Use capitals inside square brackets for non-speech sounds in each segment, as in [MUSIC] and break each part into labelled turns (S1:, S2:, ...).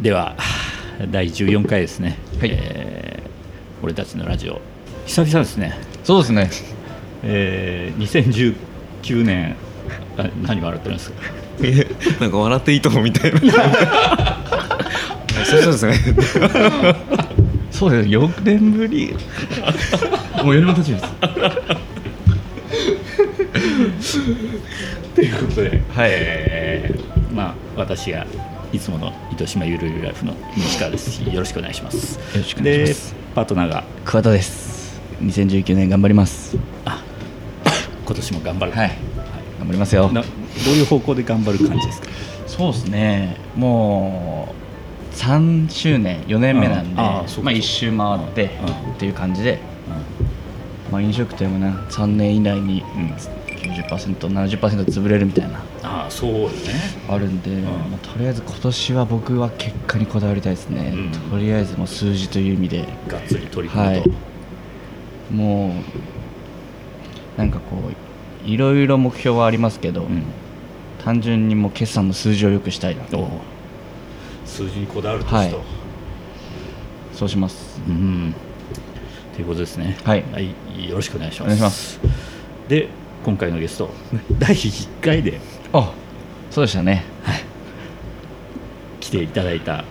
S1: では第14回ですね、
S2: はい
S1: えー俺たちのラジオ久々ですね、
S2: そうですね。
S1: えー2019年あ何笑ってるんですか
S2: [LAUGHS] なんか笑っていいともみたいな。
S3: [LAUGHS]
S2: そうですね。
S1: そうです4年ぶり
S2: もうやりもたちです。
S1: ということで、
S2: はい
S1: えーまあ私がいつもの糸島ゆるゆるライフの西川ですしよろしくお願いしますよ
S2: ろしくお願いします
S1: パートナーが
S3: 桑田です2019年頑張ります
S1: 今年も頑張る、
S3: はい頑張りますよ
S1: などういう方向で頑張る感じですか
S3: そうですねもう3周年4年目なんで
S1: うんあーそうか
S3: まあ、1周回って
S1: うん
S3: っていう感じで、まあ、飲食店もね3年以内に 90%70% 潰れるみたいな
S1: ああそうですね
S3: あるんで、
S1: ん
S3: まあとりあえず今年は僕は結果にこだわりたいですね、
S1: うん
S3: とりあえずもう数字という意味で
S1: がっつり取り組
S3: は
S1: むと、
S3: い、もうなんかこういろいろ目標はありますけど、
S1: うん
S3: 単純にもう決算の数字を良くしたいな
S1: おう数字にこだわると
S3: は
S1: し
S3: い
S1: と、
S3: そうします
S1: うんということですね
S3: はい
S1: よろしくお願いします
S3: お願いします
S1: で今回のゲスト第1回で
S3: あそうでしたね
S1: 来ていただいた、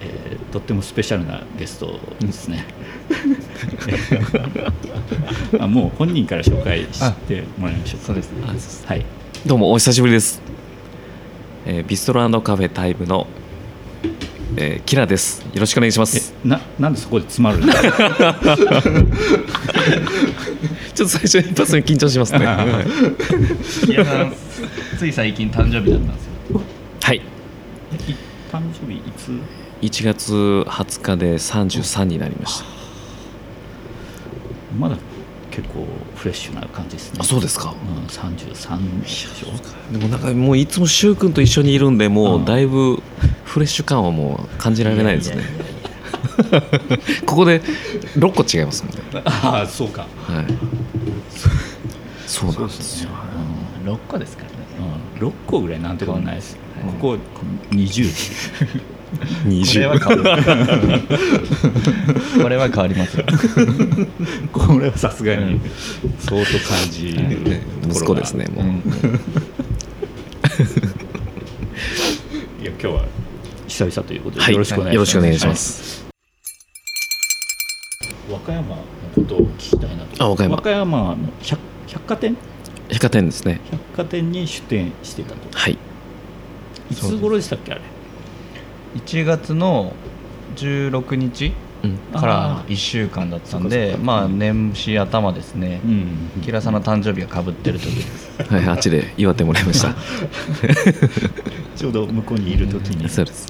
S1: えーとってもスペシャルなゲストですねあもう本人から紹介してもらいましょうか
S3: そうです [LAUGHS] ね
S1: はい
S4: どうもお久しぶりです、えービストロカフェタイムの、えーキラですよろしくお願いしま
S1: え
S4: す
S1: ななんでそこで詰まるんだ
S4: ちょっと最初に一発目緊張しますね [LAUGHS] は
S3: キラさんつい最近誕生日だったんですよ
S4: い
S1: い誕生日いつ
S4: 1月20日で33になりました
S1: まだ結構フレッシュな感じですね
S4: あそうですか
S1: うん、33でしょ
S4: でもなんかもういつもく君と一緒にいるんでも
S1: うん
S4: うだいぶフレッシュ感はもう感じられないですね [LAUGHS] ここで6個違いますもんね、
S1: ああそうか
S4: はい、そうなんですよ
S3: 6個ですからね
S1: うん、6個ぐらいなんてことないです、ここ20
S4: [LAUGHS]
S3: これ
S4: 20
S3: は変わるこれは変わります [LAUGHS] よ
S1: これはさすがに相当感じる
S4: 息子ですねもう、
S1: いや今日は久々ということで、
S4: はい
S1: よろしくお願いします、
S4: よろしくお願いします、
S1: 和歌山のことを聞きたいなと
S4: あ和歌山
S1: の百百貨店
S4: 百貨店ですね
S1: 百貨店に出店してたと
S4: はい
S1: いつ頃でしたっけあれ
S3: 1月の16日
S4: うん
S3: から1週間だったん
S1: あーそ
S3: で
S1: っかそっか
S3: まあ年始頭ですね、
S1: うん
S3: キラさんの誕生日がかぶってる時です
S4: はい、あっちで祝ってもらいました。
S1: [LAUGHS] ちょうど向こうにいる時に
S4: そうです。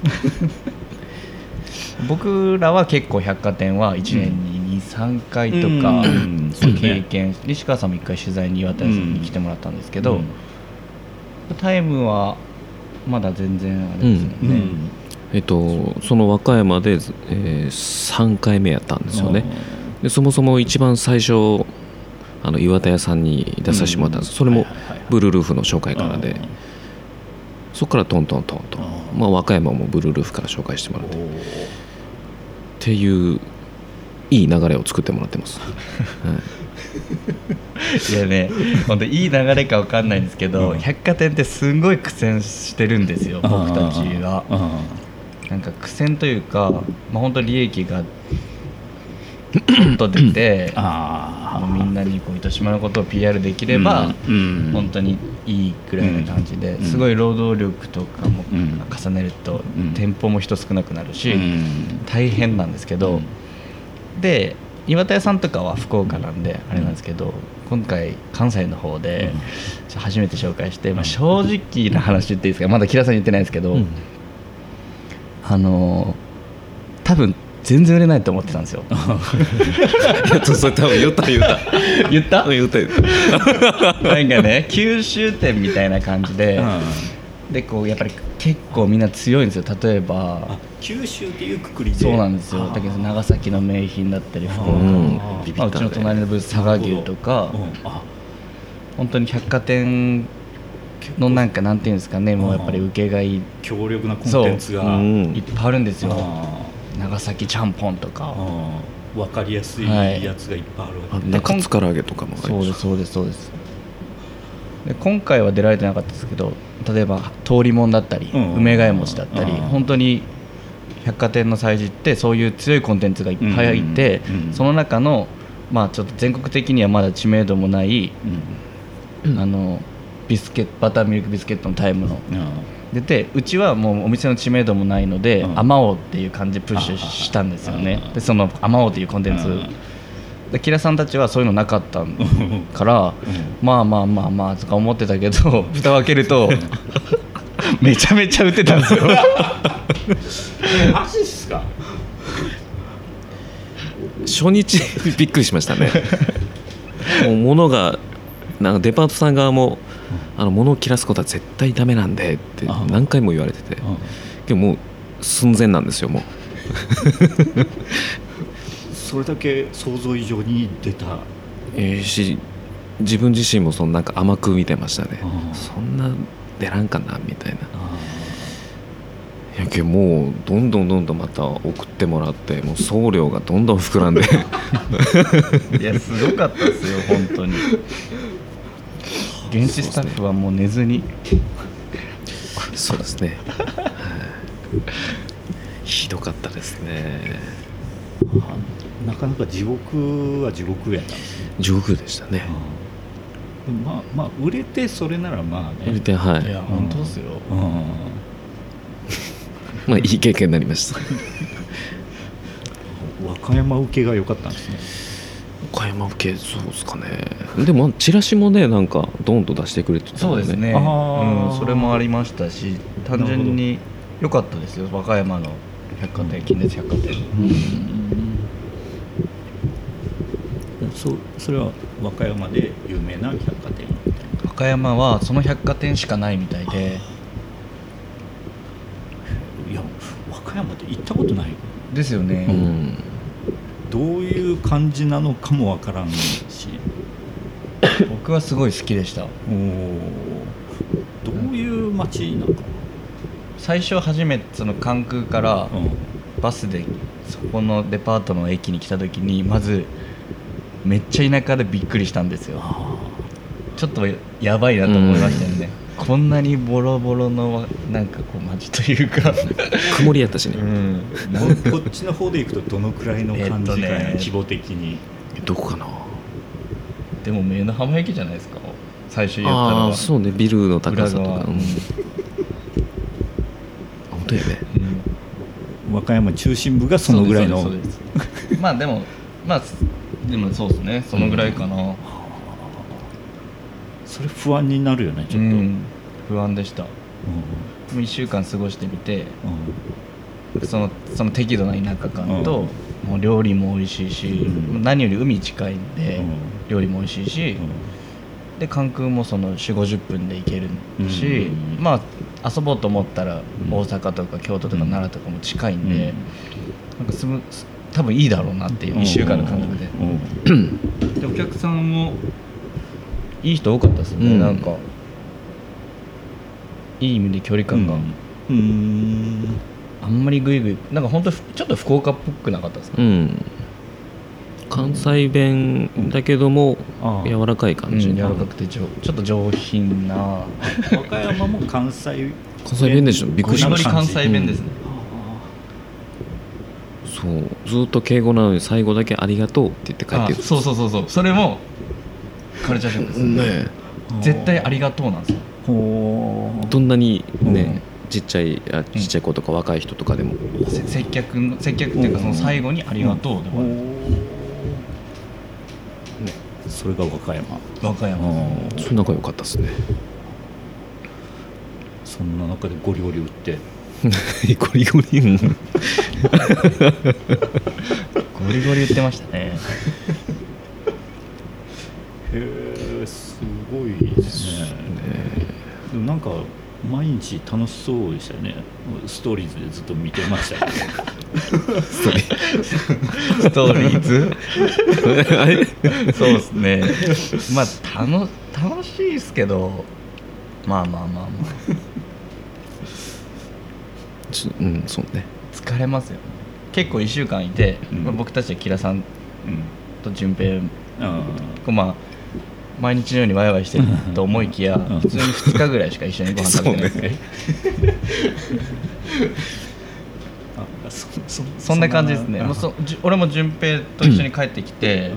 S3: 僕らは結構百貨店は1年に23回とか
S1: うんうん
S3: 経験、西川さんも1回取材に岩谷さんに来てもらったんですけど、
S1: うん
S3: タイムはまだ全然あれですよね、
S1: うん
S4: えっと、その和歌山で、えー、3回目やったんですよね。でそもそも一番最初あの岩田屋さんに出させてもらったんです、
S1: うん
S4: それ
S1: は
S4: も
S1: いはいはい
S4: ブルールーフの紹介からで、
S1: うん
S4: そこからトントントンと、
S1: うん
S4: まあ、和歌山もブルールーフから紹介してもらってっ
S1: おー
S4: ていういい流れを作ってもらっ
S1: [LAUGHS]
S4: てます、はい
S3: いやね本当いい流れかわかんないんですけど、
S1: うん
S3: 百貨店ってすんごい苦戦してるんですよ僕たちが
S1: うん
S3: なんか苦戦というか、まあ本当利益がちょっと出て
S1: あ
S3: も
S1: あ
S3: うみんなにこう糸島のことを PR できれば、
S1: うんうん
S3: 本当にいいくらいな感じで、
S1: うん
S3: すごい労働力とかも
S1: うん
S3: 重ねると、
S1: うん
S3: 店舗も人少なくなるし、
S1: うん
S3: 大変なんですけど、で岩田屋さんとかは福岡なんであれなんですけど、今回関西の方で
S1: うん
S3: ちょっと初めて紹介して、まあ、正直な話言っていいですかまだキラさん言ってないんですけど、
S4: うん
S3: あのー多分全然売れないと思ってたんで
S1: [LAUGHS]
S3: すよ
S4: いやそれ多分言った言った
S3: 言った
S4: うん言った言った
S3: なんかね九州店みたいな感じで、
S1: うん
S3: でこうやっぱり結構みんな強いんですよ例えば
S1: あ九州っていうくくりで
S3: そうなんですよだけど
S1: あ
S3: 長崎の名品だったり福岡の、
S4: うん
S1: ー
S4: ビビ
S3: まあ、
S4: っ
S3: うち
S4: た
S3: の
S4: ね
S3: 隣のブース佐賀牛とか、
S1: うんあ
S3: 本当に百貨店のなんかなんていうんですかねもうやっぱり受けがいい
S1: 強力なコンテンツが
S4: そううん
S3: いっぱいあるんですよ
S1: あ
S3: 長崎ちゃんぽんと
S1: ー
S3: か
S1: あー分かりやすい
S3: はい
S1: やつがいっぱいあるわけ、
S4: あなんかつから揚げとかもあり
S3: そ
S4: ま
S3: う
S4: す
S3: ですそうですそうですで今回は出られてなかったですけど例えば通りもんだったり、
S1: うん
S3: 梅ヶ谷餅だったり、
S1: うん
S3: 本当に百貨店の催事ってそういう強いコンテンツがいっぱい入って、
S1: うん
S3: その中の、まあ、ちょっと全国的にはまだ知名度もない、あのビスケットバターミルクビスケットのタイムの
S1: うんあ
S3: 出てうちはもうお店の知名度もないので
S1: うん
S3: 「あまおう」っていう感じでプッシュしたんですよね
S1: ああ
S3: でその「あまおう」っていうコンテン
S1: う
S3: ツ
S1: ん
S3: でキラさんたちはそういうのなかったん
S1: ー
S3: からまあまあまあまあとか思ってたけど [LAUGHS] 蓋を開けるとめちゃめちゃ打てたんですよ [LAUGHS]
S1: えマジっすか
S4: 初日 [LAUGHS] びっくりしま [LAUGHS] したねもう物がなんかデパートさん側もあの物を切らすことは絶対ダメなんでって
S1: あ
S4: 何回も言われててでももう寸前なんですよもう
S1: それだけ想像以上に出た
S4: えーし自分自身もそのなんか甘く見てましたね
S1: うん
S4: そんな出らんかなみたいないやけどもうどんどんどんどんまた送ってもらってもう送料がどんどん膨らんで
S3: いやすごかったですよ本当に現地スタッフはもう寝ずに
S4: [LAUGHS] そうですねはいひどかったですね
S1: なかなか地獄は地獄やな、
S4: 地獄でしたね
S1: でもまあまあ売れてそれならまあね
S4: それではい
S3: いや本当っすよ
S1: うん
S4: まあいい経験になり
S3: [LAUGHS]
S4: ました
S1: 和歌山受けが良かったんですね
S4: 岡山系そうですかねでもチラシもねなんかドンと出してくれてた
S3: そ
S4: もん
S3: うですね、
S1: あー
S3: うん、それもありましたし単純に良かったですよ和歌山の百貨店近鉄百貨店
S1: そうそれは和歌山で有名な百貨店
S3: 和歌山はその百貨店しかないみたいで
S1: いや和歌山って行ったことないよ
S3: ですよね、
S4: うん
S1: どういう感じなのかもわからんし
S3: 僕はすごい好きでした
S1: おーどういう街なのか
S3: 最初初めてその関空から
S1: な、うん
S3: バスでそこのデパートの駅に来た時にまずめっちゃ田舎でびっくりしたんですよちょっとやばいなと思いましたよね、こんなにボロボロのなんかこう街というか、
S4: 曇りやったしね、
S1: ここっちの方で行くとどのくらいの感じか [LAUGHS]
S3: えっと
S1: な
S3: ね
S1: 規模的に
S4: どこかな
S3: でも目の浜駅じゃないですか最初言ったの
S4: ああ
S3: は
S4: ーそうねビルの高さと
S3: 裏側
S4: かうんあ本当やね
S3: うん
S1: 和歌山中心部がそのぐらいの
S3: そうですそうですまあでもまあでもそうですねそのぐらいかな、
S1: それ不安になるよねち
S3: ちょ
S1: ょ
S3: っと
S1: っと、うん
S3: 不安でした1週間過ごしてみてそのその適度な田舎感と、もう料理も美味しいし、
S1: うん
S3: 何より海近いんで、
S1: うん
S3: 料理も美味しいし、
S1: うん
S3: で関空もその4 5 0分で行けるし、
S1: うん
S3: まあ遊ぼうと思ったら大阪とか京都とか奈良とかも近いんで、なんか住む多分いいだろうなっていう1週間の感覚で。
S1: うん
S3: でお客さんもいい人多かったですよね、
S4: うん
S3: なんかいい意味で距離感が、
S1: うんうん
S3: あんまりグイグイなんか本当ふちょっと福岡っぽくなかったですか、
S4: うん関西弁だけども
S1: ああ
S4: 柔らかい感じ、
S3: うん柔らかくてちょちょっと上品な
S1: 和歌山も関西
S4: 関西弁でしょびっくりしました
S1: あんまり関西
S4: 弁ですね、そうずっと敬語なのに最後だけ「ありがとう」って言って帰ってくる
S3: そうそうそうそうそれもカルチャーショックです、
S4: ねえ
S3: 絶対ありがとうなんですよ
S1: ほう
S4: どんなにね、
S3: う
S4: ちっちゃいあちっちゃい子とか若い人とかでも、
S3: せ接客の接客っていうかその最後に「ありがとう」で終わる、
S1: それが和歌山
S3: 和歌山
S4: それ仲良かったですね
S1: そんな中でご料理売って
S4: ゴリゴリ [LAUGHS] うん
S3: ゴリゴリ言ってましたね
S1: へえすごいですねでもなんか毎日楽しそうでしたよねストーリーズでずっと見てましたけ [LAUGHS] ど
S3: ストーリーズ
S4: あれ
S3: [LAUGHS] そうですね。まあ楽楽しいですけど、まあまあまあまあ
S4: ちょうんそうね
S3: 疲れますよ結構1週間いて、
S1: うん
S3: まあ僕たちはキラさん
S1: うん
S3: と順平
S1: あ
S3: こうまあ毎日のようにワイワイしてると思いきや
S1: ん
S3: 普通に2日ぐらいしか一緒にご飯食べてないですね
S1: ー [LAUGHS] あそそ
S3: そんな感じですねもうそじゅ俺も順平と一緒に帰ってきて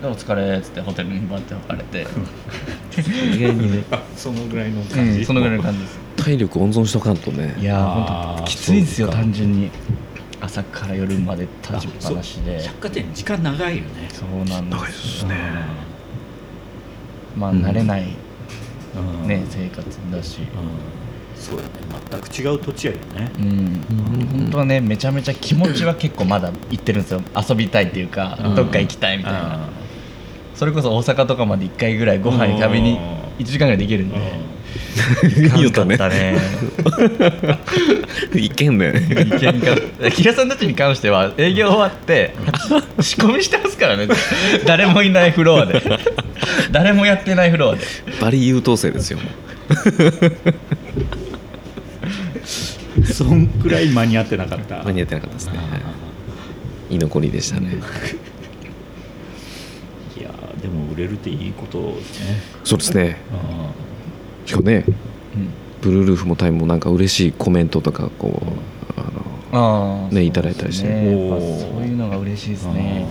S1: うん
S3: 「お疲れ」っつってホテルにバッて別れて
S1: 意外にねそのぐらいの感じ、
S3: うんそのぐらいの感じです
S4: 体力温存しとかんとね
S3: いやー
S1: あー
S3: 本当きついんですよ
S1: そうか
S3: 単純に朝から夜まで立ちっぱなしで
S1: あそう百貨店時間長いよね
S3: そうなんです
S1: ね
S3: まあ慣れない
S1: うん
S3: ね生活だし
S1: うんそうだね全く違う土地やよね
S3: うん
S4: うん
S3: 本当はねめちゃめちゃ気持ちは結構まだ行ってるんですよ遊びたいっていうか
S1: うん
S3: どっか行きたいみたいなそれこそ大阪とかまで1回ぐらいご飯食べに
S1: うん
S3: 1時間ぐらいできるん
S1: うん
S3: で
S4: いいよだ
S3: 行かんか
S4: ね
S3: ったね
S4: いけ
S3: [LAUGHS]
S4: んね
S3: 行けんかった木田さんたちに関しては営業終わ
S4: [LAUGHS]
S3: って仕込みしてますからね誰もいないフロア
S4: [LAUGHS]
S3: で誰もやってないフロアで
S4: バリ優等生ですよ
S1: そんくらい間に合ってなかった
S4: 間に合
S1: 合っ
S4: ってなかったです
S1: た
S4: ね、はい居残りでしたね
S1: いやーでも売れるっていいことですね
S4: そうですね
S1: あ
S4: しかもね
S3: うん
S4: ブルールーフもタイムもなんか嬉しいコメントとかこうあの
S3: あー
S4: ねいただいたりして
S3: そうですねや
S1: お
S3: っぱ
S1: ー
S3: そういうのが嬉しいですね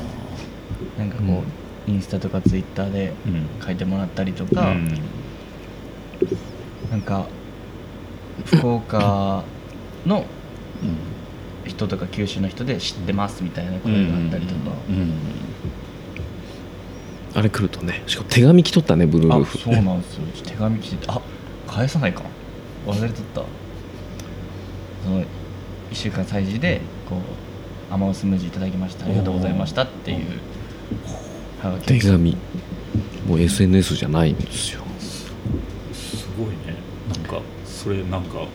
S3: なんかこうインスタとかツイッターで
S1: うん
S3: 書いてもらったりと
S1: う
S3: か、
S1: ん
S3: なんか福岡の
S1: うん
S3: 人とか九州の人で知ってますみたいな声があったりとか、
S1: うん
S4: あれ来るとねしかも手紙来とったねブルール
S3: あ
S4: ーフ
S3: そうなんですよちょっと手紙来ててあ返さないか忘れとったその1週間催事でこう「アマオスムージーいただきましたありがとうございました」っていうはがき
S4: 手紙もう SNS じゃないんですよ
S1: すごいねなんかそれなんか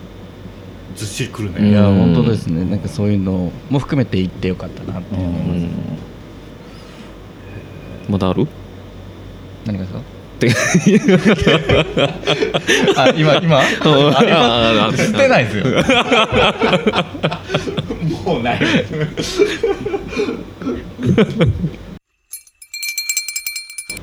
S1: ずっしりくる
S3: い
S1: ね
S3: や
S4: うん
S3: 本当ですねなんかそういうのも含めて行ってよかったなってい
S1: う
S3: う、
S1: ん
S4: まだある
S3: 何 [LAUGHS] がですか
S4: 手紙
S3: あ今今あ今捨てない [LAUGHS] ですよ
S1: もうない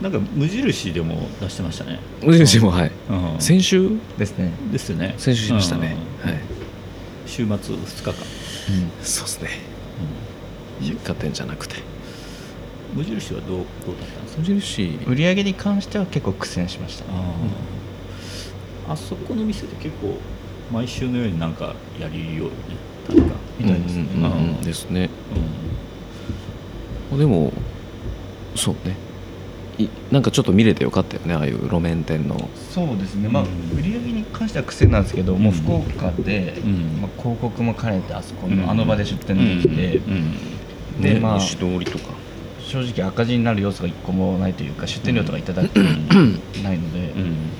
S1: なんか無印でも出してましたね、
S4: 無印もはい
S1: うん、
S4: 先週
S3: ですね、
S1: ですよね
S4: 先週しましたね
S1: うん
S4: はい
S1: 週末2日間、
S4: そうですね
S1: う
S4: 百貨店じゃなくて
S1: ん無印はどうどうだったんですか
S4: 無印
S3: 売り上げに関しては結構苦戦しました
S1: あ,、あそこの店で結構毎週のようになんかやりようよね確か、
S3: みたいですね
S4: うんうんうん
S1: うん
S4: ですね
S1: う
S4: でもそうねいなんかちょっと見れてよかったよねああいう路面店の
S3: そうですね、まあ、
S1: うん
S3: 売り上げに関しては苦戦なんですけど、もう福岡で、
S1: うん
S3: まあ、広告も兼ねてあそこ
S1: うん
S3: のあの場で出店できて、
S1: んうん
S3: でまあ
S4: 西通りとか
S3: 正直赤字になる要素が一個もないというか出店料とかいただくないので、
S1: うんうん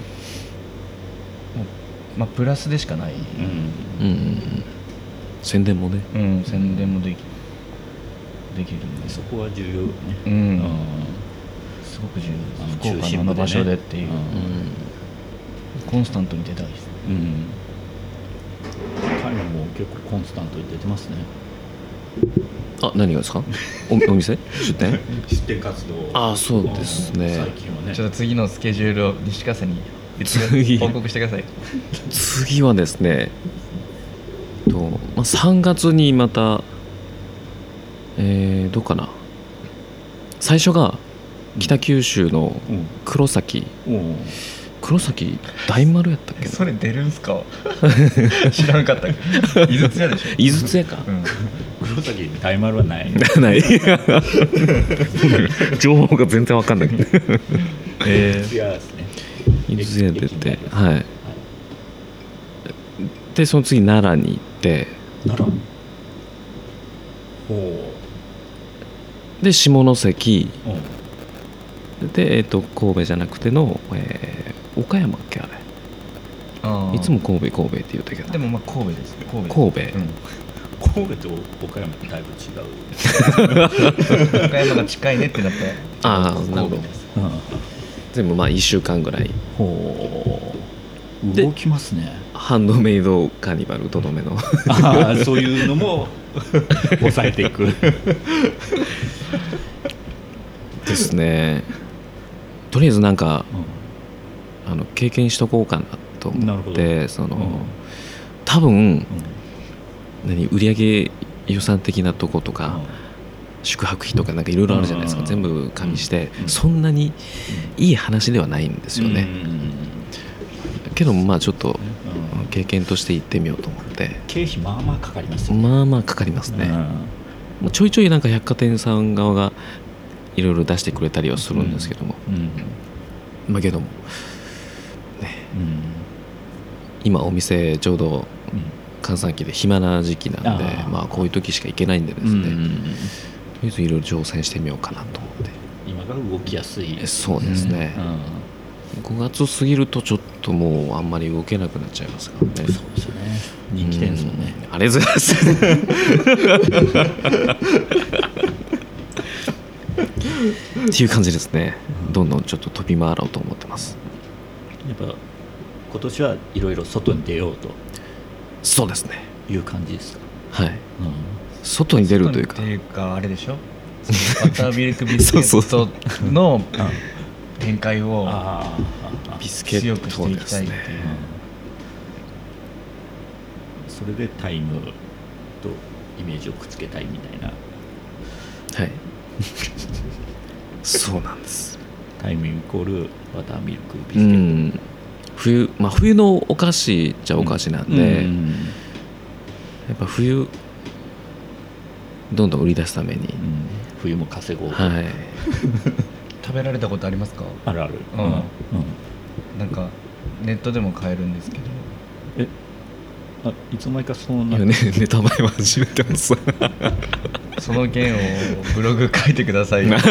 S3: まあ、プラスでしかない、
S4: うんうんうん宣伝もね
S3: うん、宣伝もできできるんで
S1: そこは重要よね、
S3: う
S1: うん
S3: すごく重
S1: あの
S3: 要です福岡のあの場所でっていう、
S1: 中心部でね
S3: コンスタントに出たいです
S1: うん彼らも結構コンスタントに出てますね
S4: あ何がですかおお店出店
S1: 出店活動
S4: あそうですね
S1: 最近はね
S3: ちょっと次のスケジュールを西川さんに言って
S4: 次
S3: 報告してください
S4: 次はですねと、まあ、3月にまたえーどうかな最初が北九州の
S1: うん
S4: 黒崎
S1: うん
S4: 黒崎大丸やったっけな
S3: それ出るんすか [LAUGHS] 知らんかった井筒屋でしょ、
S4: 井筒屋か [LAUGHS]
S3: うん、
S1: 黒崎に大丸はない
S4: ない情報が全然わかんない
S3: え
S1: いやですね
S4: 伊豆勢出
S1: 駅みた
S4: て
S1: いな
S4: はいでその次奈良に行って
S1: 奈良ほ
S4: で下関
S1: ううん
S4: で、えっと神戸じゃなくての、えー岡山っけあれいつも神戸神戸って言うたけど
S3: でもまあ神戸です神戸
S4: 神戸、
S1: 神戸と岡山ってだいぶ違う
S3: うん、岡山が近いねってなったら
S4: [LAUGHS] ああなるほ
S3: 神戸
S4: ど
S3: です
S1: うん
S4: 全部まあ1週間ぐらい
S1: ほ
S4: で
S1: 動きますね
S4: ハンドメイドカーニバルと
S3: [LAUGHS]
S4: どめの
S1: あ [LAUGHS] ーそういうのも抑えていく
S4: ですねとりあえずなんかあの経験しとこうかなと
S1: な
S4: 思
S1: るほ
S4: っ
S1: ど
S4: てその、
S1: うん
S4: 多分
S1: うん
S4: 何売上予算的なとことか、
S1: うん
S4: 宿泊費とかなんかいろいろあるじゃないですか、
S1: うん
S4: 全部加味して、
S1: うん
S4: そんなにいい話ではないんですよ
S1: う
S4: ね、
S1: んうんうん
S4: けどまあちょっと
S1: うん
S4: 経験として行ってみようと思って
S1: 経費まあまあかかりますよ
S4: まあまあかかりますね、
S1: うん
S4: もうちょいちょいなんか百貨店さん側がいろいろ出してくれたりはするんですけども、
S1: うん
S4: まあけども
S1: うん
S4: 今お店ちょうど閑散期で暇な時期なんで
S1: あー
S4: まあこういう時しか行けないんでです
S1: う
S4: ね、
S1: ん
S4: とりあえずいろいろ挑戦してみようかなと思って
S1: 今が動きやすい
S4: えそうですね、
S1: う
S4: 5月を過ぎるとちょっともうあんまり動けなくなっちゃいますからね
S1: んそうですよね人気店ですもんね
S4: うんありがとうございますっていう感じですねどんどんちょっと飛び回ろうと思ってます
S1: やっぱ今年はいろいろ外に出ようと
S4: そうですね
S1: いう感じですか
S4: はい外に出るというか
S3: っていうかあれでしょそのバターミルクビスケ
S4: [LAUGHS] そうそう
S3: ットの展開を
S1: ああ
S4: ビスケ
S3: 強
S4: ッ
S3: くし
S4: ト
S3: てい
S4: で
S3: きた
S4: す
S3: いって
S4: ね
S3: いう
S1: それでタイムとイメージをくっつけたいみたいな
S4: はい [LAUGHS] そうなんです
S1: タイムイコールバターミルクビスケ
S4: う
S1: ッ
S4: ん冬まあ冬のお菓子じゃお菓子なん
S1: ト
S4: で、
S1: うん
S4: やっぱ冬どんどん売り出すため
S1: う
S4: に、
S1: ん冬も稼ごうと
S4: はい
S3: 食べられたことありますか
S1: あるある
S3: うん
S1: うん
S3: なんかネットでも買えるんですけど
S1: えあいつの間にかそうな
S4: 今 [LAUGHS] ねネタ前は始めてます
S3: その件をブログ書いてください
S4: [LAUGHS]
S3: よ
S4: [LAUGHS]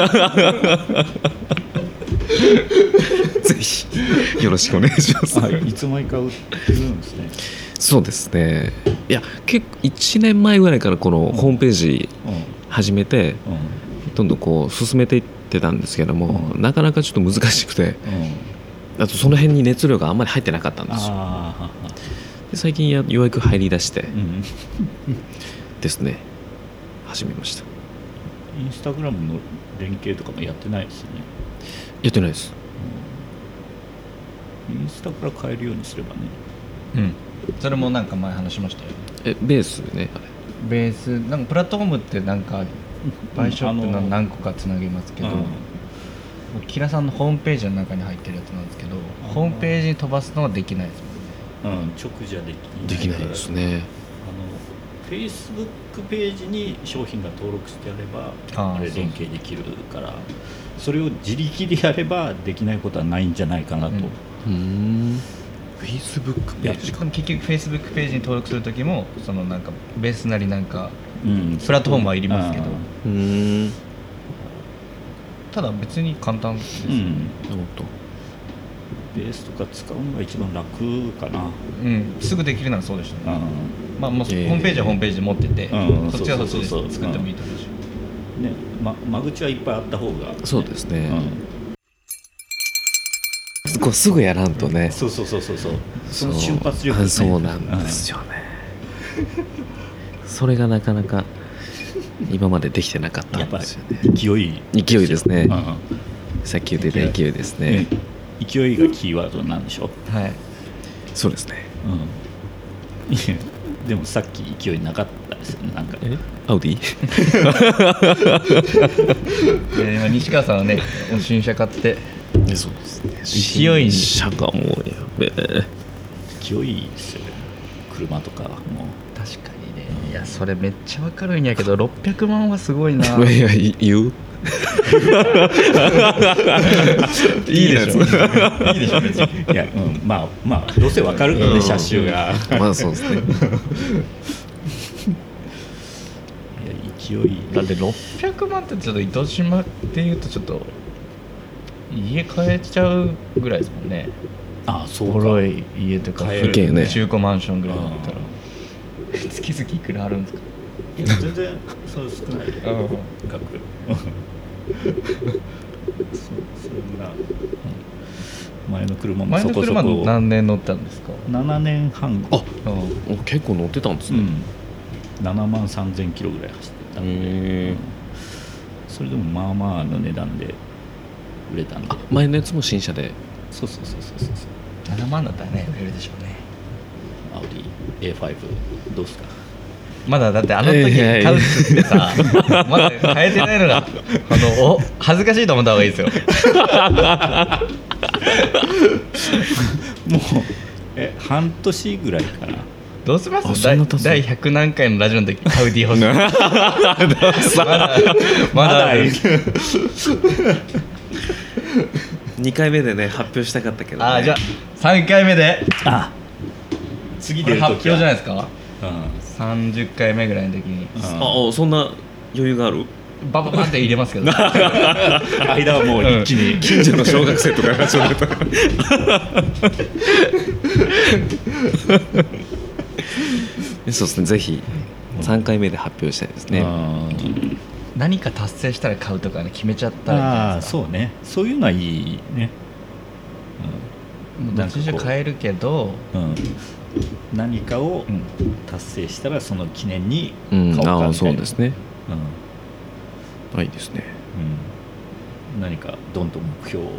S4: ぜひよろしくお願いします。
S1: あいつの間にか売ってるんですね
S4: そうですね。いや結構1年前ぐらいからこのホームページ始めて
S1: うんうん
S4: どんどんこう進めていってたんですけども、
S1: うん
S4: なかなかちょっと難しく
S1: う
S4: て
S1: ん
S4: あとその辺に熱量があんまり入ってなかったんですよ。
S1: ああ
S4: で最近やようやく入り出して
S1: うん
S4: ですね始めました。
S1: インスタグラムの連携とかもやってないですよね、
S4: やってないです。
S1: インスタから変えるようにすればね
S3: うんそれもなんか前話しましたよ
S4: えベースねあれ。
S3: ベースなんかプラットフォームってなんかバイショップ
S1: あ
S3: の
S1: の
S3: 何個かつなげますけど、
S1: うん
S3: キラさんのホームページの中に入ってるやつなんですけど
S1: ー
S3: ホームページに飛ばすのはできないですもんね
S1: うん、直じゃできない
S4: できないですね。
S1: あのフェイスブックページに商品が登録してあれば
S3: あー
S1: あれ連携できるからそれを自力でやればできないことはないんじゃないかなと、
S3: うん
S4: うーん。フェイスブック
S1: いや
S3: でも結局 Facebook ページに登録する時もそのなんかベースなりなんか
S1: うん
S3: プラットフォームはいりますけど
S1: う
S4: うーん。
S3: ただ別に簡単です
S1: んう
S3: ね
S1: ん
S4: なるほど。
S1: ベースとか使うのが一番楽かな
S3: うん、すぐできるならそうでした
S1: う
S3: ね、
S1: ん
S3: まあもうホ
S4: えー
S3: ームページはホームページで持ってて、
S1: うん
S3: そっちはそっ
S1: そう
S3: ち
S1: そうそう
S3: で作ってもいいと思うし、
S1: ね、ま、間口はいっぱいあった方が、
S4: そうですね
S1: う
S4: こうすぐやらんとね
S1: ん、。そうそうそうそうそうその
S4: う
S1: 瞬発力
S4: あ
S1: ですね
S4: そうなんですよね、それがなかなか今までできてなかっ
S1: うん
S4: た
S1: やっ
S4: ん
S1: ぱ
S4: ですよね
S1: り勢い
S4: 勢いですね
S1: うん
S4: さっき言ってた勢いです
S1: ね
S4: ね
S1: 勢いがキーワードなんでしょ、
S3: はい
S4: そうですね
S1: うん、いやでもさっき勢いなかったですよねなんか
S4: アウディ
S3: で今西川さんはねお新車買って
S4: そうですね
S3: 勢いに
S4: 車がもうやべえ
S1: 勢いですよね車とかも
S3: 確かにねいやそれめっちゃわかるんやけど600万はすごいな
S4: いやい言 [LAUGHS] ういい
S3: いいで
S4: です
S3: しょ別に
S1: いや、うん、まあまあどうせわかるけど
S4: う
S1: ね
S4: ん
S1: 車種が
S4: まあそうです
S1: い
S4: ね
S1: や勢い
S3: だって600万ってちょっと糸島っていうとちょっと家買えちゃうぐらいですもんね
S1: あそう
S3: お
S1: か
S3: もろい家とか
S1: 買
S4: える意見ね
S3: 中古マンションぐらいだったら
S1: あ
S3: 月々いくらあるんですか
S1: いや全然そう少ない額
S3: うん
S1: そそんな、うん前の車も
S3: 前
S1: そ
S3: の
S1: こそ
S3: 車
S1: こ
S3: 何年乗ったんですか
S1: 7年半
S4: あ
S3: あ
S4: お結構乗ってたんです
S1: う
S4: ね、
S1: ん、7万3000キロぐらい走ってたんで
S4: へえ
S1: それでもまあまあの値段で売れたんで
S4: あ前のやつも新車で
S1: そうそうそうそうそうそう
S3: 7万だったらね売れるでしょうね
S1: アウディ A5 どうですか
S3: まだだってあの時
S4: いやいやい
S3: 買
S4: や
S3: うっつってさ [LAUGHS] まだ変えてないのがあのお恥ずかしいと思った方がいいですよ
S1: もうえ半年ぐらいかな
S3: どうしま
S4: あ
S3: す
S4: そん
S3: 第
S4: な経つ
S3: 第100何回のラジオの時ハウディ欲しいまだまだある
S4: 2回目でね発表したかったけ
S3: あーじゃあ3回目で
S1: あ次
S3: こ
S1: 出
S3: れ
S1: る
S3: 発表じゃないいですか
S1: うん
S3: 30回目ぐらいの時に
S1: あ
S4: ああそんな余裕がある
S3: バババって入れますけ [LAUGHS] ど
S1: 間はもう一気に
S2: 近所の小学生とかが始めた
S4: [LAUGHS] えそうですねぜひ3回目で発表したいですね、
S1: うん
S3: 何か達成したら買うとかね決めちゃったらいいじゃ
S1: あ
S3: ない
S1: あ
S3: ですか
S1: そうねそういうのはいいね
S3: もうどっちじゃ買えるけど
S1: うん、うん、何かを
S3: うん
S1: 達成したらその記念に
S4: う、
S1: 買おうんかみたいな
S4: ああそうですね
S1: うん
S4: あいいですね
S1: うん、何かどんどん目標を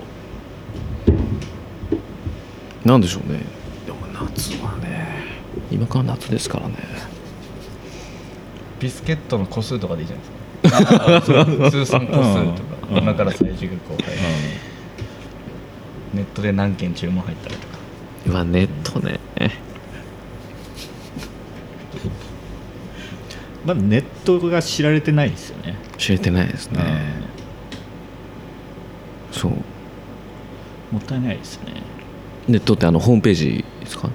S4: なんでしょうねでも夏はね今から夏ですからね
S3: ビスケットの個数とかでいいじゃないですか通算個数とか
S1: うん
S3: 今から最終公開ネットで何件注文入ったらとか
S4: うわネットね
S1: まだネットが知られてないですよね
S4: 知れてないですね、そう
S1: もったいないですね、
S4: ネットってあのホームページですか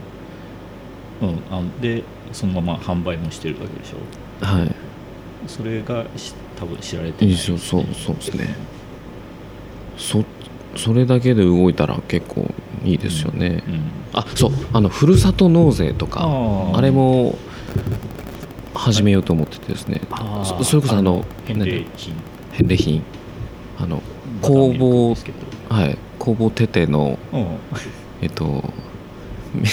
S1: うん、あでそのまま販売もしてるわけでしょ
S4: はい
S1: それがし多分知られて
S4: い
S1: ないい
S4: ですよそうそうですねそそれだけで動いたら結構いいですよね、
S1: うん
S4: あそうあのふるさと納税とか
S1: あ
S4: あ
S1: ー
S4: れも始めようと思っててですね
S1: あー
S4: そそれこそあの
S1: 返礼品
S4: 返礼品あの工
S1: ま
S4: 房
S1: た見るんですけど
S4: はい工房テテの
S1: うん
S4: えっとみ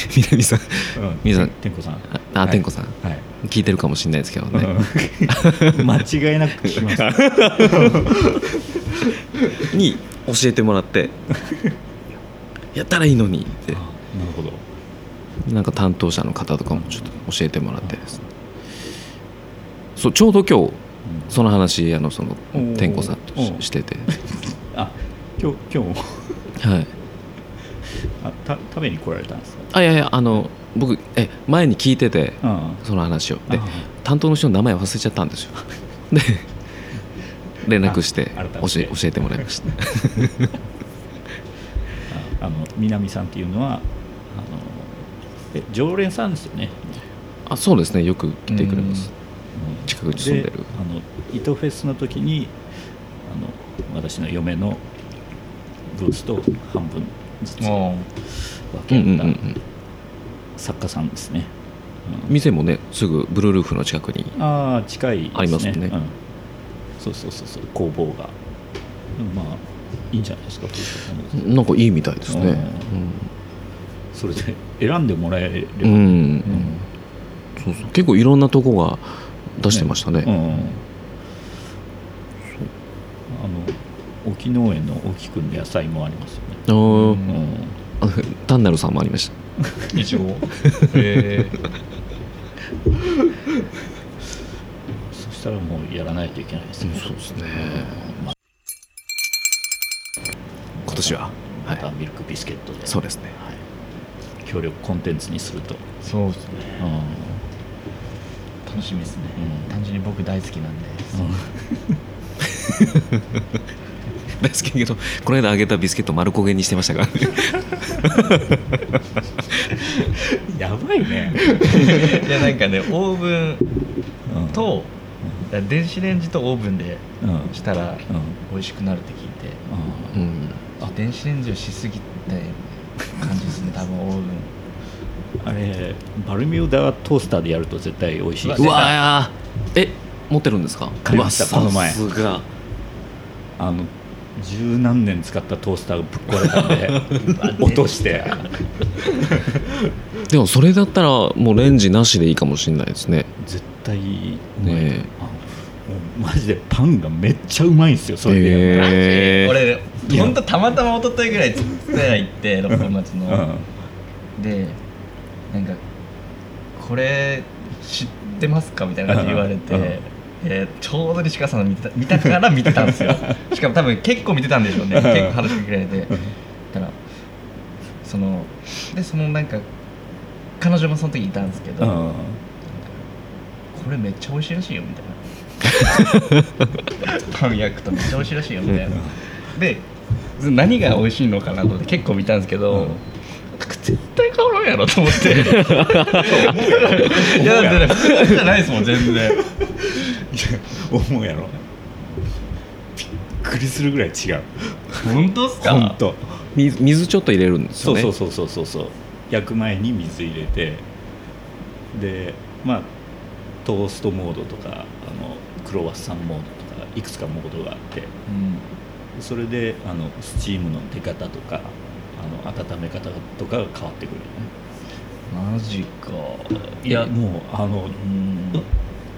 S1: [LAUGHS]
S4: 南さん
S1: うん
S4: 皆さん
S1: 天子さん
S4: ああ天子さん、
S1: はい
S4: 聞いてるかもしれないですけどね、
S1: うん間違いなく聞きます
S4: に教えてもらって
S1: [LAUGHS]
S4: やったらいいのにって
S1: あなるほど
S4: なんか担当者の方とかもちょっと教えてもらってですねそうちょうど今日その話あのその
S1: おー
S4: 天子さんと
S1: おー
S4: ししてて
S1: あ今日今日も
S4: はい
S1: あた食べに来られたんですか
S4: あいやいやあの僕え前に聞いてて
S1: うん
S4: その話を
S1: で
S4: で担当の人の名前忘れちゃったんですよで連絡して
S1: あ改めて
S4: 教え教えてもらいました
S1: あの南さんっていうのはあのえ常連さんですよね、
S4: あそうですねよく来てくれます
S1: うん
S4: 近くに住んでる
S1: あの糸フェスの時にあの私の嫁のブースと半分ずつ分
S3: も
S4: うん
S1: け
S4: うんうん
S1: 合っ
S4: う
S1: た
S4: ん
S1: 作家さんですね、うん
S4: 店もねすぐブルールーフの近くに
S1: ああ近いですね
S4: ありますもんね
S1: うんそうそうそうそう工房がでもまあいいんじゃないですか
S4: なんかいいみたいですね
S1: それで選んでもらえれ
S4: う
S1: ば、
S4: ん、う
S1: うん
S4: んそうそう結構いろんなとこが出してましたね
S1: うん、あの沖農園の沖くんの野菜もありますよね、
S4: あー
S3: うん
S4: あの単なるさんもありました
S3: う [LAUGHS] 一応え
S1: そしたらもうやらないといけないですね、
S4: そうですね今年はは
S1: ま
S4: い
S1: たミルクビスケットで
S4: そうですね [LAUGHS]
S1: はい協力コンテンツにすると、
S3: ーそうですね
S1: うん
S3: 楽しみですね
S1: うん
S3: 単純に僕大好きなんで
S4: 大好きだけどこの間揚げたビスケット丸焦げにしてましたからね [LAUGHS]
S1: やばいね、
S3: [LAUGHS] いやなんかねオーブ
S1: うん
S3: ン、とだから電子レンジとオーブンで
S1: うんうん
S3: した
S1: う
S3: ら
S1: ん
S3: 美味しくなるって聞いて
S4: [LAUGHS] うん
S3: あ電子レンジをしすぎたような感じですね多分オーブン
S1: あれバルミューダトースターでやると絶対美味しいです
S4: うわーえ持ってるんですか
S1: 買いました
S4: うわ
S1: この前
S4: さすが
S1: あの十何年使ったトースターがぶっ壊れた
S4: [LAUGHS]
S1: んで落として
S4: でもそれだったらもうレンジなしでいいかもしれないですね
S1: 絶対ね
S4: ね
S1: マジでパンがめっちゃうまいんですよそれでやっぱり、
S4: えー、
S3: 俺ほんとたまたま一昨日ぐらい蔦屋行って六本松
S1: う
S3: の
S1: ん、
S3: でなんか「これ知ってますか?」みたいな感じで言われ
S1: うんうん
S3: て、えーちょうど西川さんの見てた見たから見てたんです
S1: [LAUGHS]
S3: よしかも多分結構見てたんでしょうね
S1: うん
S3: 結構話しかけられてだからそのでそのなんか彼女もその時いたんですけど、こ
S1: うん
S3: れめっちゃ美味しいらしいよみ
S1: [LAUGHS]
S3: たいなパン焼くとめっちゃ美味しいらしいよみたいなで何が美味しいのかなと思って結構見たんですけど、絶対変わらんやろと思っていやだってね普通じゃないですもん全然
S4: [LAUGHS]
S1: 思うやろびっくりするぐらい違う
S3: 本当っすか
S1: 本当
S4: み水ちょっと入れるんです
S1: そ
S4: よ
S1: う
S4: ね
S1: そうそうそうそうそう焼く前に水入れてでまあトーストモードとかあのクロワッサンモードとかいくつかモードがあって
S3: うん
S1: それであのスチームの出方とかあの温め方とかが変わってくるよね
S3: マジか
S1: いやもうあの
S3: うんでも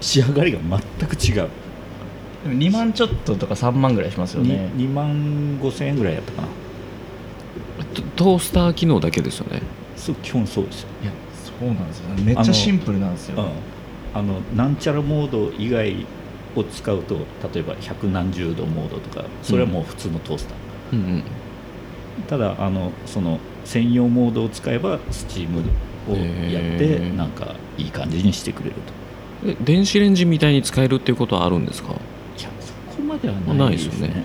S1: 仕上がりが全く違う
S3: 2万ちょっととか3万ぐらいしますよね
S1: 2万5千円ぐらいやったかな
S4: トトースター機能だけですよね
S1: そう基本そうですよ、
S3: いやそうなんですよめっちゃシンプルなんです
S1: う
S3: よ
S1: ん、あのなんちゃらモード以外を使うと例えば百何十度モードとかそれはもう普通のトースター、
S4: うんうん
S1: ただあのその専用モードを使えばスチームをやって
S4: へー
S1: なんかいい感じにしてくれると
S4: え電子レンジみたいに使えるっていうことはあるんですか
S1: いやそこまではな
S4: な
S1: いい
S4: で
S1: ですす
S4: よね
S1: ね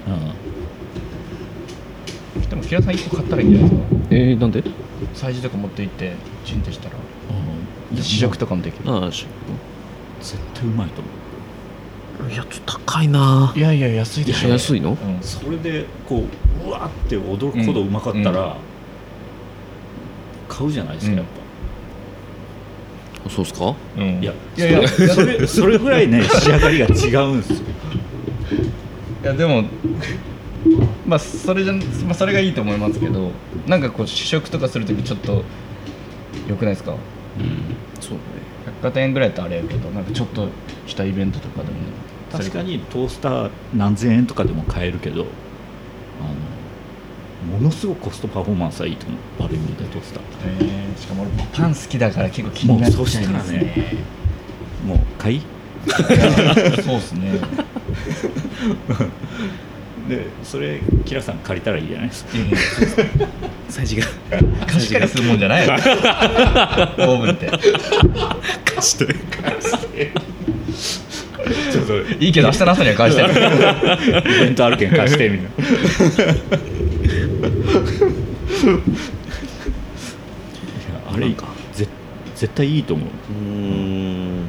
S3: でも平田さん1個買ったらいいんじゃないですか
S4: えー、なんで
S3: 催事とか持って行ってチンとしたら
S1: うん、うん、
S3: 試食
S1: と
S3: とかもできる
S4: ああし
S1: 絶対うまいと思
S4: いやちょっと高いない
S3: やいや安いでしょ
S4: 安いの
S3: うん
S1: うそれでこううわーって驚くほどうまかったら、買うじゃないですかやっぱ、
S4: あそうっすか
S3: うん
S1: いや
S3: いやいや
S1: それそれぐらいね仕上がりが違うんですよ
S3: いやでも [LAUGHS] まあそれじゃ、まあ、それがいいと思いますけどなんかこう試食とかするときちょっとよくないですか
S4: そうね
S3: 百貨店ぐらいだとあれやけどなんかちょっとしたイベントとかでも
S1: 確か
S3: に
S1: にトースター何千円とかでも買えるけどあのものすごくコストパフォーマンスはいいと思うバルミューダトースター
S3: えーしかも俺パン好きだから結構気になっちゃいますね
S1: もうそうもう買い
S3: そうですね
S1: でそれキラさん借りたらいいじゃない [LAUGHS] ですか
S4: サイズが
S3: 貸し借りするもんじゃないよオーブンって
S2: 貸して
S1: ちょっとイ
S3: いいけど明日の朝には返してる
S1: ベントあるけん貸してみたいな [LAUGHS] いやあれぜ絶対いいと思う
S4: うん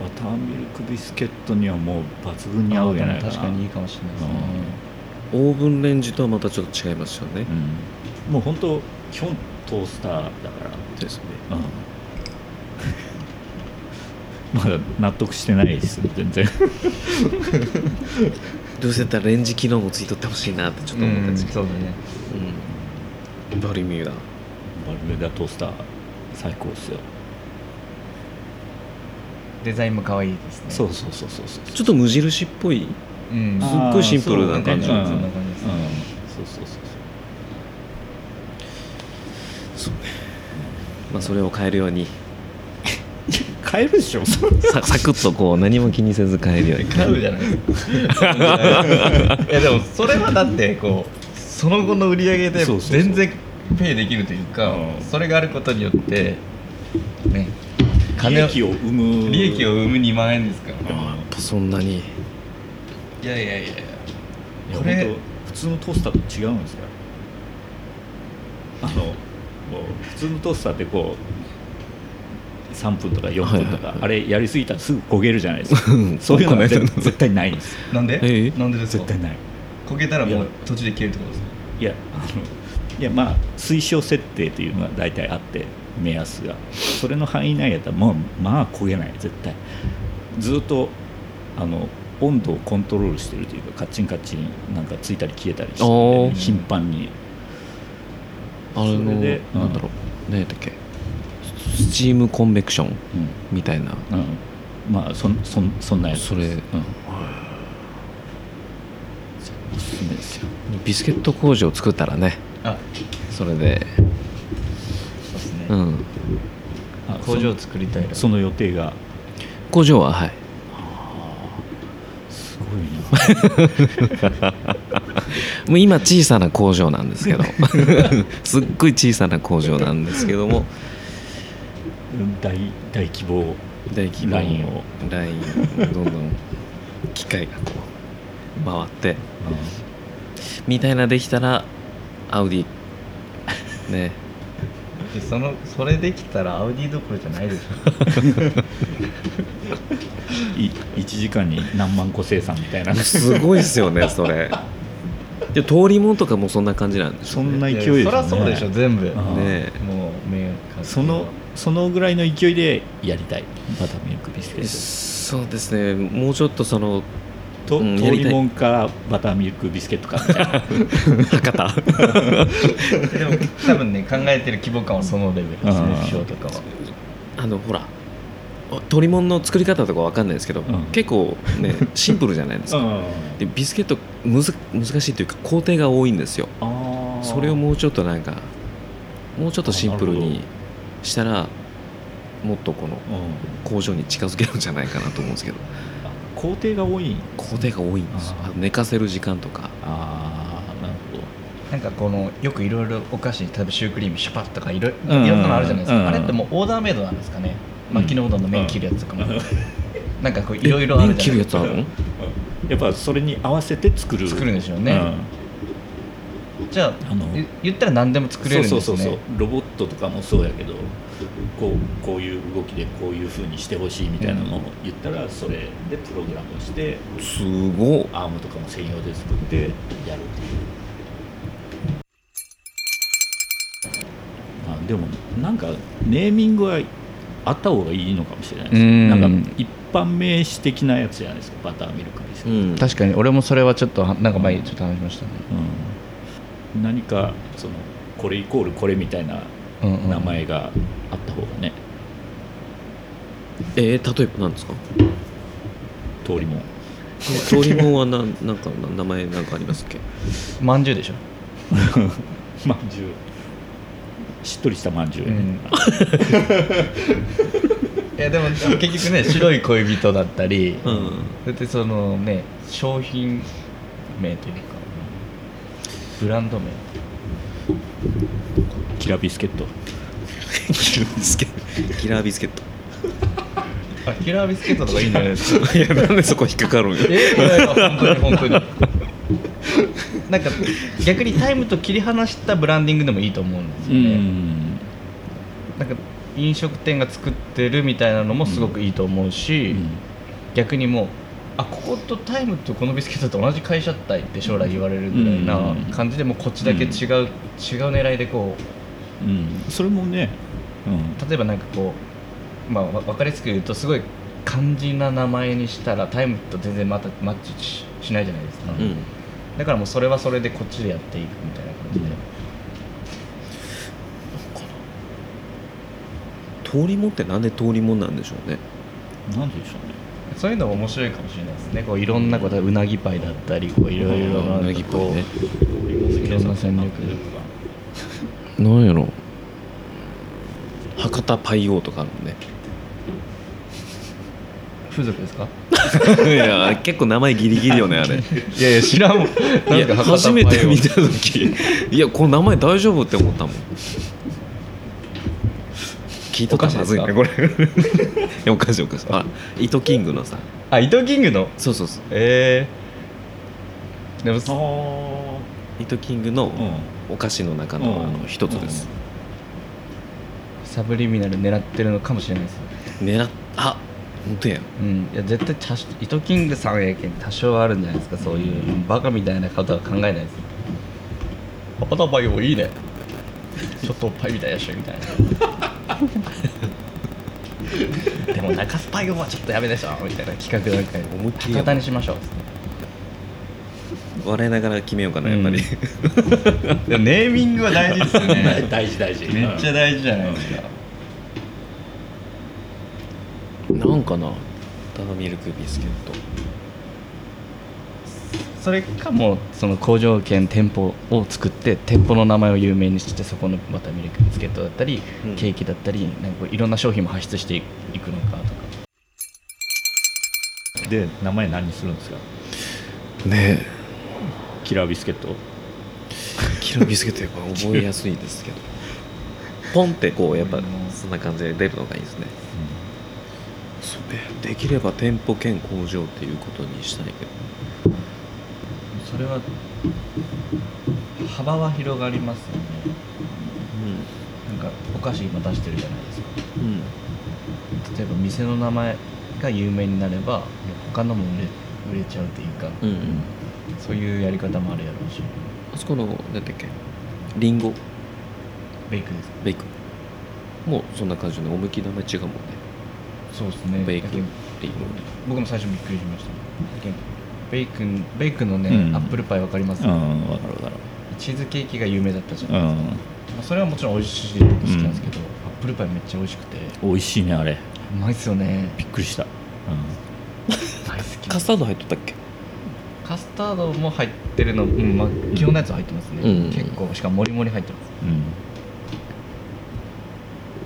S1: バターミルクビスケットにはもう抜群に合うじゃないかな
S3: 確かにいいかもしれないですね
S4: オーブンレンジとはまたちょっと違いますよね、
S1: うん、もう本当基本トースターだから、
S4: ですね
S1: うん [LAUGHS] まだ納得してないです全然
S4: どうせだったらレンジ機能もついとってほしいなってちょっと思ったんですけど、
S3: そうだね
S4: うんバルミューダ
S1: バルベダトースター最高ですよ
S3: デザインも可愛いですね
S1: そうそうそうそうそう
S4: ちょっと無印っぽい
S3: うん
S4: すっごいシンプルな感じ
S1: あー
S3: そ
S1: そう,、うんう
S3: んなん感じです、
S1: そうそうそうそ
S4: まあそれを変えるように
S1: う買えるでしょ
S4: [LAUGHS] ササクッとこう何も気にせず変えるように
S3: 買うじゃないですか [LAUGHS] いやでもそれはだってこうその後の売り上げで
S1: そうそうそう
S3: 全然ペイできるという
S1: う
S3: か
S1: ん
S3: それがあることによってね
S1: 利
S3: 金を
S1: 益を生む
S3: 利益を生む2万円ですから
S1: うん
S4: やっぱそんなに
S3: いやいやいやいや
S1: いや
S3: これ
S1: 本当普通のトースターと違うんですよあのこう普通のトースターってこう3分とか4分とか、
S4: はいはいはい
S1: あれやりすぎたらすぐ焦げるじゃないですか
S4: ん
S1: そういうのは
S4: 焦げる
S1: 絶絶対ないん
S4: [LAUGHS]
S1: です
S3: なんで、
S4: ええ
S3: なんでですか
S1: 絶対ない
S3: 焦げたらも
S1: いうや
S3: 途中で消えるってことですか
S1: いやあのいやまあ推奨設定というのが大体あって目安がそれの範囲内やったらもうまあ焦げない絶対ずっとあの温度をコントロールしてるというかカッチンカッチンなんかついたり消えたりして、
S4: おー
S1: 頻繁に
S4: あれの
S1: それでうん
S4: なんだろう何やったっけスチームコンベクション
S1: う、
S4: みたいなん
S1: うん、まあそんそんそんなやつ
S4: それ
S1: うん、おすすめですよ
S4: ビスケット工場を作ったらね
S3: あ
S4: それで
S3: そうですね、
S4: うん
S1: あ
S3: 工場を作りたいな
S1: そその予定が
S4: 工場ははい
S1: すごいな
S4: もう今小さな工場なんですけ [LAUGHS] どすっごい小さな工場なんですけども
S1: [LAUGHS] 大大希望
S4: 大規模
S1: ラインを
S4: ラインをどんどん機械がこう回ってみたいなできたらアウディね
S3: でそのそれできたらアウディどころじゃないでし
S1: い1時間に何万個生産みたいな
S4: すごいっすよ [LAUGHS] ねそれで通りもんとかもそんな感じなんでしょ
S1: そん
S3: ょ
S1: な勢いです
S3: い
S1: ね
S3: やそりゃそうでしょ全部
S1: あ
S3: も
S1: ー
S4: ね
S3: う迷惑かける
S1: そのそのぐらいの勢いでやりたいバターミルクビスケッ
S4: そうですねもうちょっとその
S1: トと、
S4: うん
S1: 通
S4: やりたい
S1: りもんかバターミルクビスケットか [LAUGHS] みたいな
S4: 博多
S3: でも多分ね考えてる規模感はそのレベルです
S1: あー
S3: 目標とかは
S4: あのほら鶏もんの作り方とかわかんないですけど、
S1: うん
S4: 結構ねシンプルじゃないですか、でビスケットむず難しいというか工程が多いんですよ
S1: あー
S4: それをもうちょっとなんかもうちょっとシンプル
S1: あなる
S4: にしたらもっとこの
S1: うん
S4: 工場に近づけるんじゃないかなと思うんですけど
S1: あ工程が多い
S4: 工程が多いんですよ
S1: あー
S4: あと寝かせる時間とか
S1: ああなるほど
S3: なんかこのよくいろいろお菓子例えばシュークリームシャパッとかいろいろ
S1: うん
S3: いろんなのあるじゃないですか、
S1: うん
S3: あれってもうオーダーメイドなんですかね
S1: うん
S3: 巻きのうどんの麺切るやつとかも、なんかこういろいろある
S4: え麺
S3: じ
S4: 切
S3: ゃな
S4: る
S3: いで
S4: や
S3: す
S4: つ
S3: か
S4: あるの
S1: やっぱそれに合わせて作る
S3: 作るんでしょうねじゃあ
S1: あの
S3: ゆ言ったら何でも作れるんです
S1: そ
S3: ね
S1: うそうそうそうロボットとかもそうやけどこうこういう動きでこういうふうにしてほしいみたいなのを言ったらそれでプログラムして
S4: すごっ
S1: アームとかも専用で作ってやるっていうまあでもなんかネーミングはあった方がいいのかもしれないです
S3: うん
S1: ねなんか一般名詞的なやつじゃないですかバターミルクビスケット
S4: うん
S3: 確かに俺もそれはちょっとはなんか前ちょっと話しましたね、
S1: うん、何かそのこれイコールこれみたいな
S3: うんうん
S1: 名前があった方がね、
S4: えー、例えば何ですか
S1: 通りもん
S4: 通りもんはななんか名前なんかありますっけ
S3: まんじゅうでしょ、
S1: まんじゅうしっとりしたまんじゅう、 [LAUGHS]
S3: うん、いやでも結局ね白い恋人だったり、
S4: うん
S3: だってそのね商品名というかブランド名
S1: キラビスケット
S4: キラービスケットキラービスケット
S3: あキラービスケットとかいいんじゃないですか
S4: いやなんでそこ引っかかるんよ
S3: [LAUGHS] えいやいや本当に本当になんか逆にタイムと切り離したブランディングでもいいと思うんですよね、
S1: ん
S3: なんか飲食店が作ってるみたいなのもすごくいいと思うし、逆にもうあこことタイムとこのビスケットと同じ会社体って将来言われるぐらいな感じでもうこっちだけ違う、違う狙いでこ
S1: う
S3: う
S1: んそれもね、うん、
S3: 例えばなんかこう、まあ、分かりやすく言うとすごい肝心な名前にしたらタイムと全然またマッチししないじゃないですか、
S4: うん
S3: だからもうそれはそれでこっちでやっていくみたいな感じで、
S4: 通りもんってなんで通りもんなんでしょうね
S1: なんででしょうね
S3: そういうのも面白いかもしれないですねこういろんなことうなぎパイだったりこういろいろな
S4: うなぎパイね
S3: いろんな戦略
S4: なんやろ博多パイ王とかあるもんね [LAUGHS]
S3: 風俗ですか
S4: いや結構名前ギリギリよねあれ [LAUGHS] い
S3: いやいや知らんもん [LAUGHS] なん
S4: や
S3: か
S4: 初めて見
S3: た
S4: た時いやこの名前大丈夫って思ったもん聞いとったらまずいね
S3: お
S4: これい [LAUGHS] やおかしいおかしいあ糸キングのさ
S3: あ伊藤キングの
S4: そうそうそう
S3: ええでも
S1: あ
S3: そ
S4: 糸キングの
S1: [LAUGHS] あうん
S4: お菓子の中の
S1: うん
S4: あの一つです
S3: サブリミナル狙ってるのかもしれないです
S4: 狙っあ本当やん
S3: うん、いや絶対多少イトキングさんやけん多少はあるんじゃないですかそういうバカみたいなことは考えないですパタパイもいいねちょっとおっぱいみたいやしみたいな [LAUGHS] でも中スパイはちょっとやめでしょみたいな企画なんか
S4: 思いっきりや
S3: 博多
S4: ばい
S3: にしましょう
S4: 笑いながら決めようかなやっぱり、
S3: でもネーミングは大事ですよ [LAUGHS] ね
S1: 大事大事
S3: めっちゃ大事じゃないですか
S4: なんかなタミルクビスケット
S3: それかもその工場兼店舗を作って店舗の名前を有名にしてそこのまたミルクビスケットだったり、
S4: うん
S3: ケーキだったりなんかこういろんな商品も発出していくのかとか
S1: うんで名前何にするんですか
S4: ねえ
S1: キラービスケット
S4: キラビスケットやっぱ覚えやすいですけどポンってこうやっぱそんな感じで出るのがいいですねそうねできれば店舗兼工場っていうことにしたいけど
S3: それは幅は広がりますよねなんかお菓子今出してるじゃないですか
S4: うんうん
S3: 例えば店の名前が有名になれば他のも売れ売れちゃうというか、
S4: うんうん
S3: そういうやり方もあるやろうし
S4: あそこの何だっけリンゴ
S3: ベイクですか
S4: ベイクもうそんな感じで思いっきり名前違うもんね
S3: そうですね
S4: ベイクリン
S3: 僕も最初びっくりしましたベイクンベイクンのね、
S1: うん
S3: アップルパイわかります、
S1: うんうん分かる分かる
S3: チーズケーキが有名だったじゃ
S1: う
S3: ないです
S1: ん
S3: か、まあそれはもちろん美味しい僕好きなんですけど、アップルパイめっちゃ美味しくて
S1: 美味しいねあれ
S3: うまいっすよね
S1: びっくりした、
S3: 大好き
S4: カスタード入っとったっけ
S3: カスタードも入ってるの、うんまあ、基本のやつは入ってますね、
S4: うん
S3: 結構しかももりもり入ってます、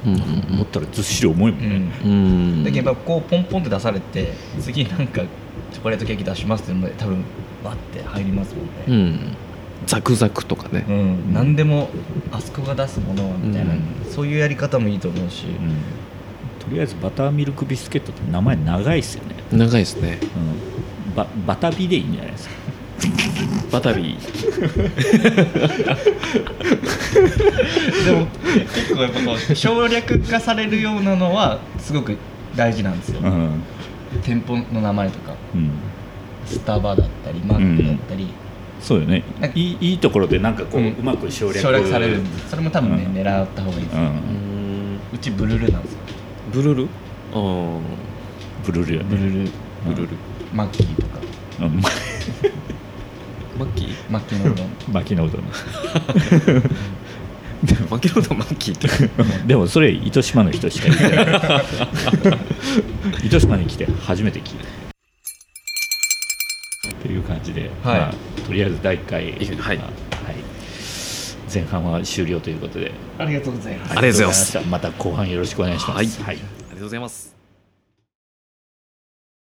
S1: うん
S4: うん
S1: うん、持ったらずっしり重いもんね、
S4: うん
S3: だけどやっぱこうポンポンって出されて次なんかチョコレートケーキ出しますっていうので多分バッて入りますもん
S4: う
S3: ね、
S4: んザクザクとかね
S3: うん何でもあそこが出すものはみたいな、
S4: うん
S3: そういうやり方もいいと思うし、
S1: うんとりあえずバターミルクビスケットって名前長いっすよね、
S4: 長いですね
S1: うん、ババタビでいいんじゃない
S3: [LAUGHS]
S1: ですか
S4: バタビ
S3: でも結構やっぱこう省略化されるようなのはすごく大事なんですよ、
S1: ん、
S3: 店舗の名前とか
S1: うん、
S3: スタバだったりマックだったり、
S1: そうよね
S3: なんか
S1: いいいいところでなんかこう、う
S3: うん
S1: まく省略
S3: 省略されるんですそれも多分ね、
S1: うん
S3: 狙った方がいいです、
S1: う、
S3: うん
S4: ん
S3: ちブルルなんですよ
S4: ブルルあ
S1: ブルルよ
S3: ブ
S1: ね
S3: ルル
S4: あブルル
S3: マッキーとか
S1: うんま
S4: マッキー
S3: マッキーのうどん
S1: 巻きのうどん
S4: マキロドマッキー
S3: [LAUGHS]
S4: って
S1: でもそれ糸島の人しか言
S4: [LAUGHS]
S1: ってない糸島に来て初めて聞いたっていう感じで、
S3: はい
S1: まあとりあえず第1回、
S4: はい
S1: まあはい前半は終了ということで
S3: ありがとうございます
S4: ありがとうございます
S1: ありがとうございましたまた後半よろしくお願いします、はい
S4: ありがとうございます